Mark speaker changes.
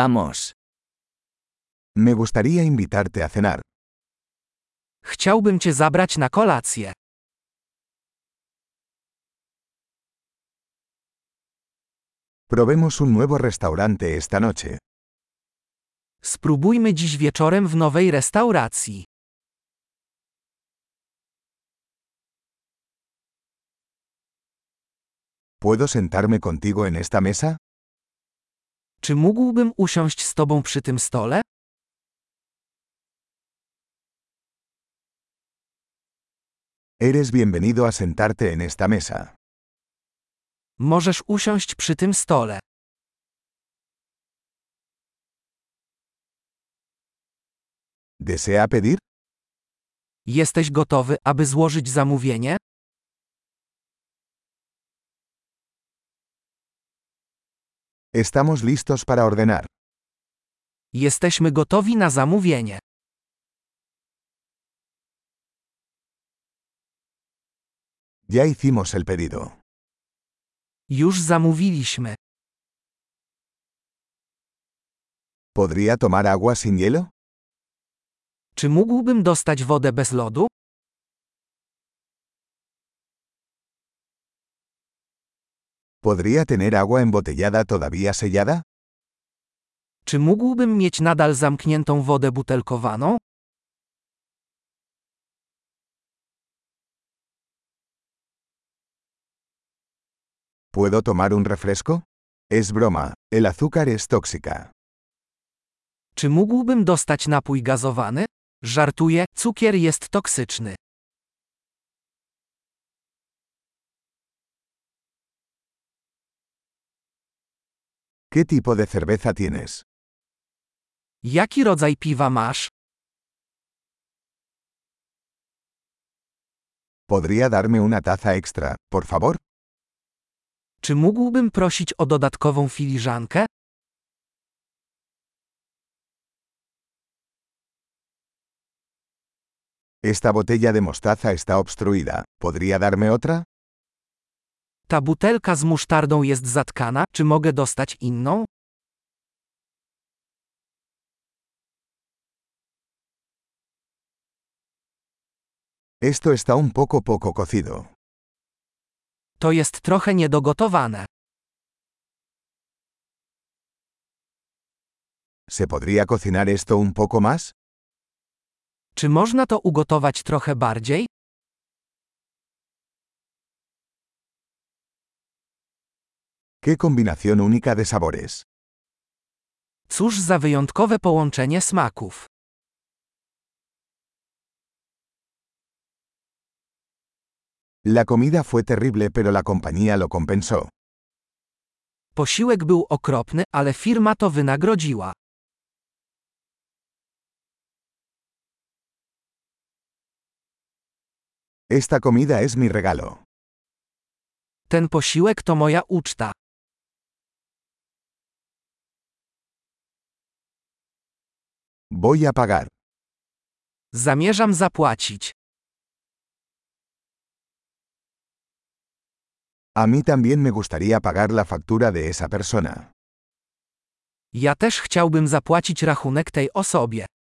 Speaker 1: Vamos.
Speaker 2: Me gustaría invitarte a cenar.
Speaker 1: Chciałbym cię zabrać na kolację.
Speaker 2: Probemos un nuevo restaurante esta noche.
Speaker 1: Spróbujmy dziś wieczorem w nowej restauracji.
Speaker 2: ¿Puedo sentarme contigo en esta mesa?
Speaker 1: Czy mógłbym usiąść z tobą przy tym stole?
Speaker 2: Eres bienvenido a sentarte en esta mesa.
Speaker 1: Możesz usiąść przy tym stole.
Speaker 2: ¿Desea pedir?
Speaker 1: Jesteś gotowy, aby złożyć zamówienie?
Speaker 2: Estamos listos para ordenar.
Speaker 1: Jesteśmy gotowi na zamówienie.
Speaker 2: Ya hicimos el pedido.
Speaker 1: Już zamówiliśmy.
Speaker 2: ¿Podría tomar agua sin hielo?
Speaker 1: Czy mógłbym dostać wodę bez lodu?
Speaker 2: ¿Podría tener agua embotellada todavía sellada?
Speaker 1: Czy mógłbym mieć nadal zamkniętą wodę butelkowaną?
Speaker 2: ¿Puedo tomar un refresco? Es broma, el azúcar es tóxica.
Speaker 1: Czy mógłbym dostać napój gazowany? Żartuję, cukier jest toksyczny.
Speaker 2: ¿Qué tipo de cerveza tienes?
Speaker 1: Jaki rodzaj piwa masz?
Speaker 2: ¿Podría darme una taza extra, por favor?
Speaker 1: Czy mógłbym prosić o dodatkową filiżankę?
Speaker 2: Esta botella de mostaza está obstruida. ¿Podría darme otra?
Speaker 1: Ta butelka z musztardą jest zatkana, czy mogę dostać inną?
Speaker 2: Esto está un poco poco cocido.
Speaker 1: To jest trochę niedogotowane.
Speaker 2: ¿Se podría cocinar esto un poco más?
Speaker 1: Czy można to ugotować trochę bardziej?
Speaker 2: ¡Qué combinación única de sabores!
Speaker 1: Cóż za wyjątkowe połączenie smaków.
Speaker 2: La comida fue terrible pero la compañía lo compensó.
Speaker 1: Posiłek był okropny, ale firma to wynagrodziła.
Speaker 2: Esta comida es mi regalo.
Speaker 1: Ten posiłek to moja uczta.
Speaker 2: Voy a pagar.
Speaker 1: Zamierzam zapłacić.
Speaker 2: A mí también me gustaría pagar la factura de esa persona.
Speaker 1: Ja też chciałbym zapłacić rachunek tej osobie.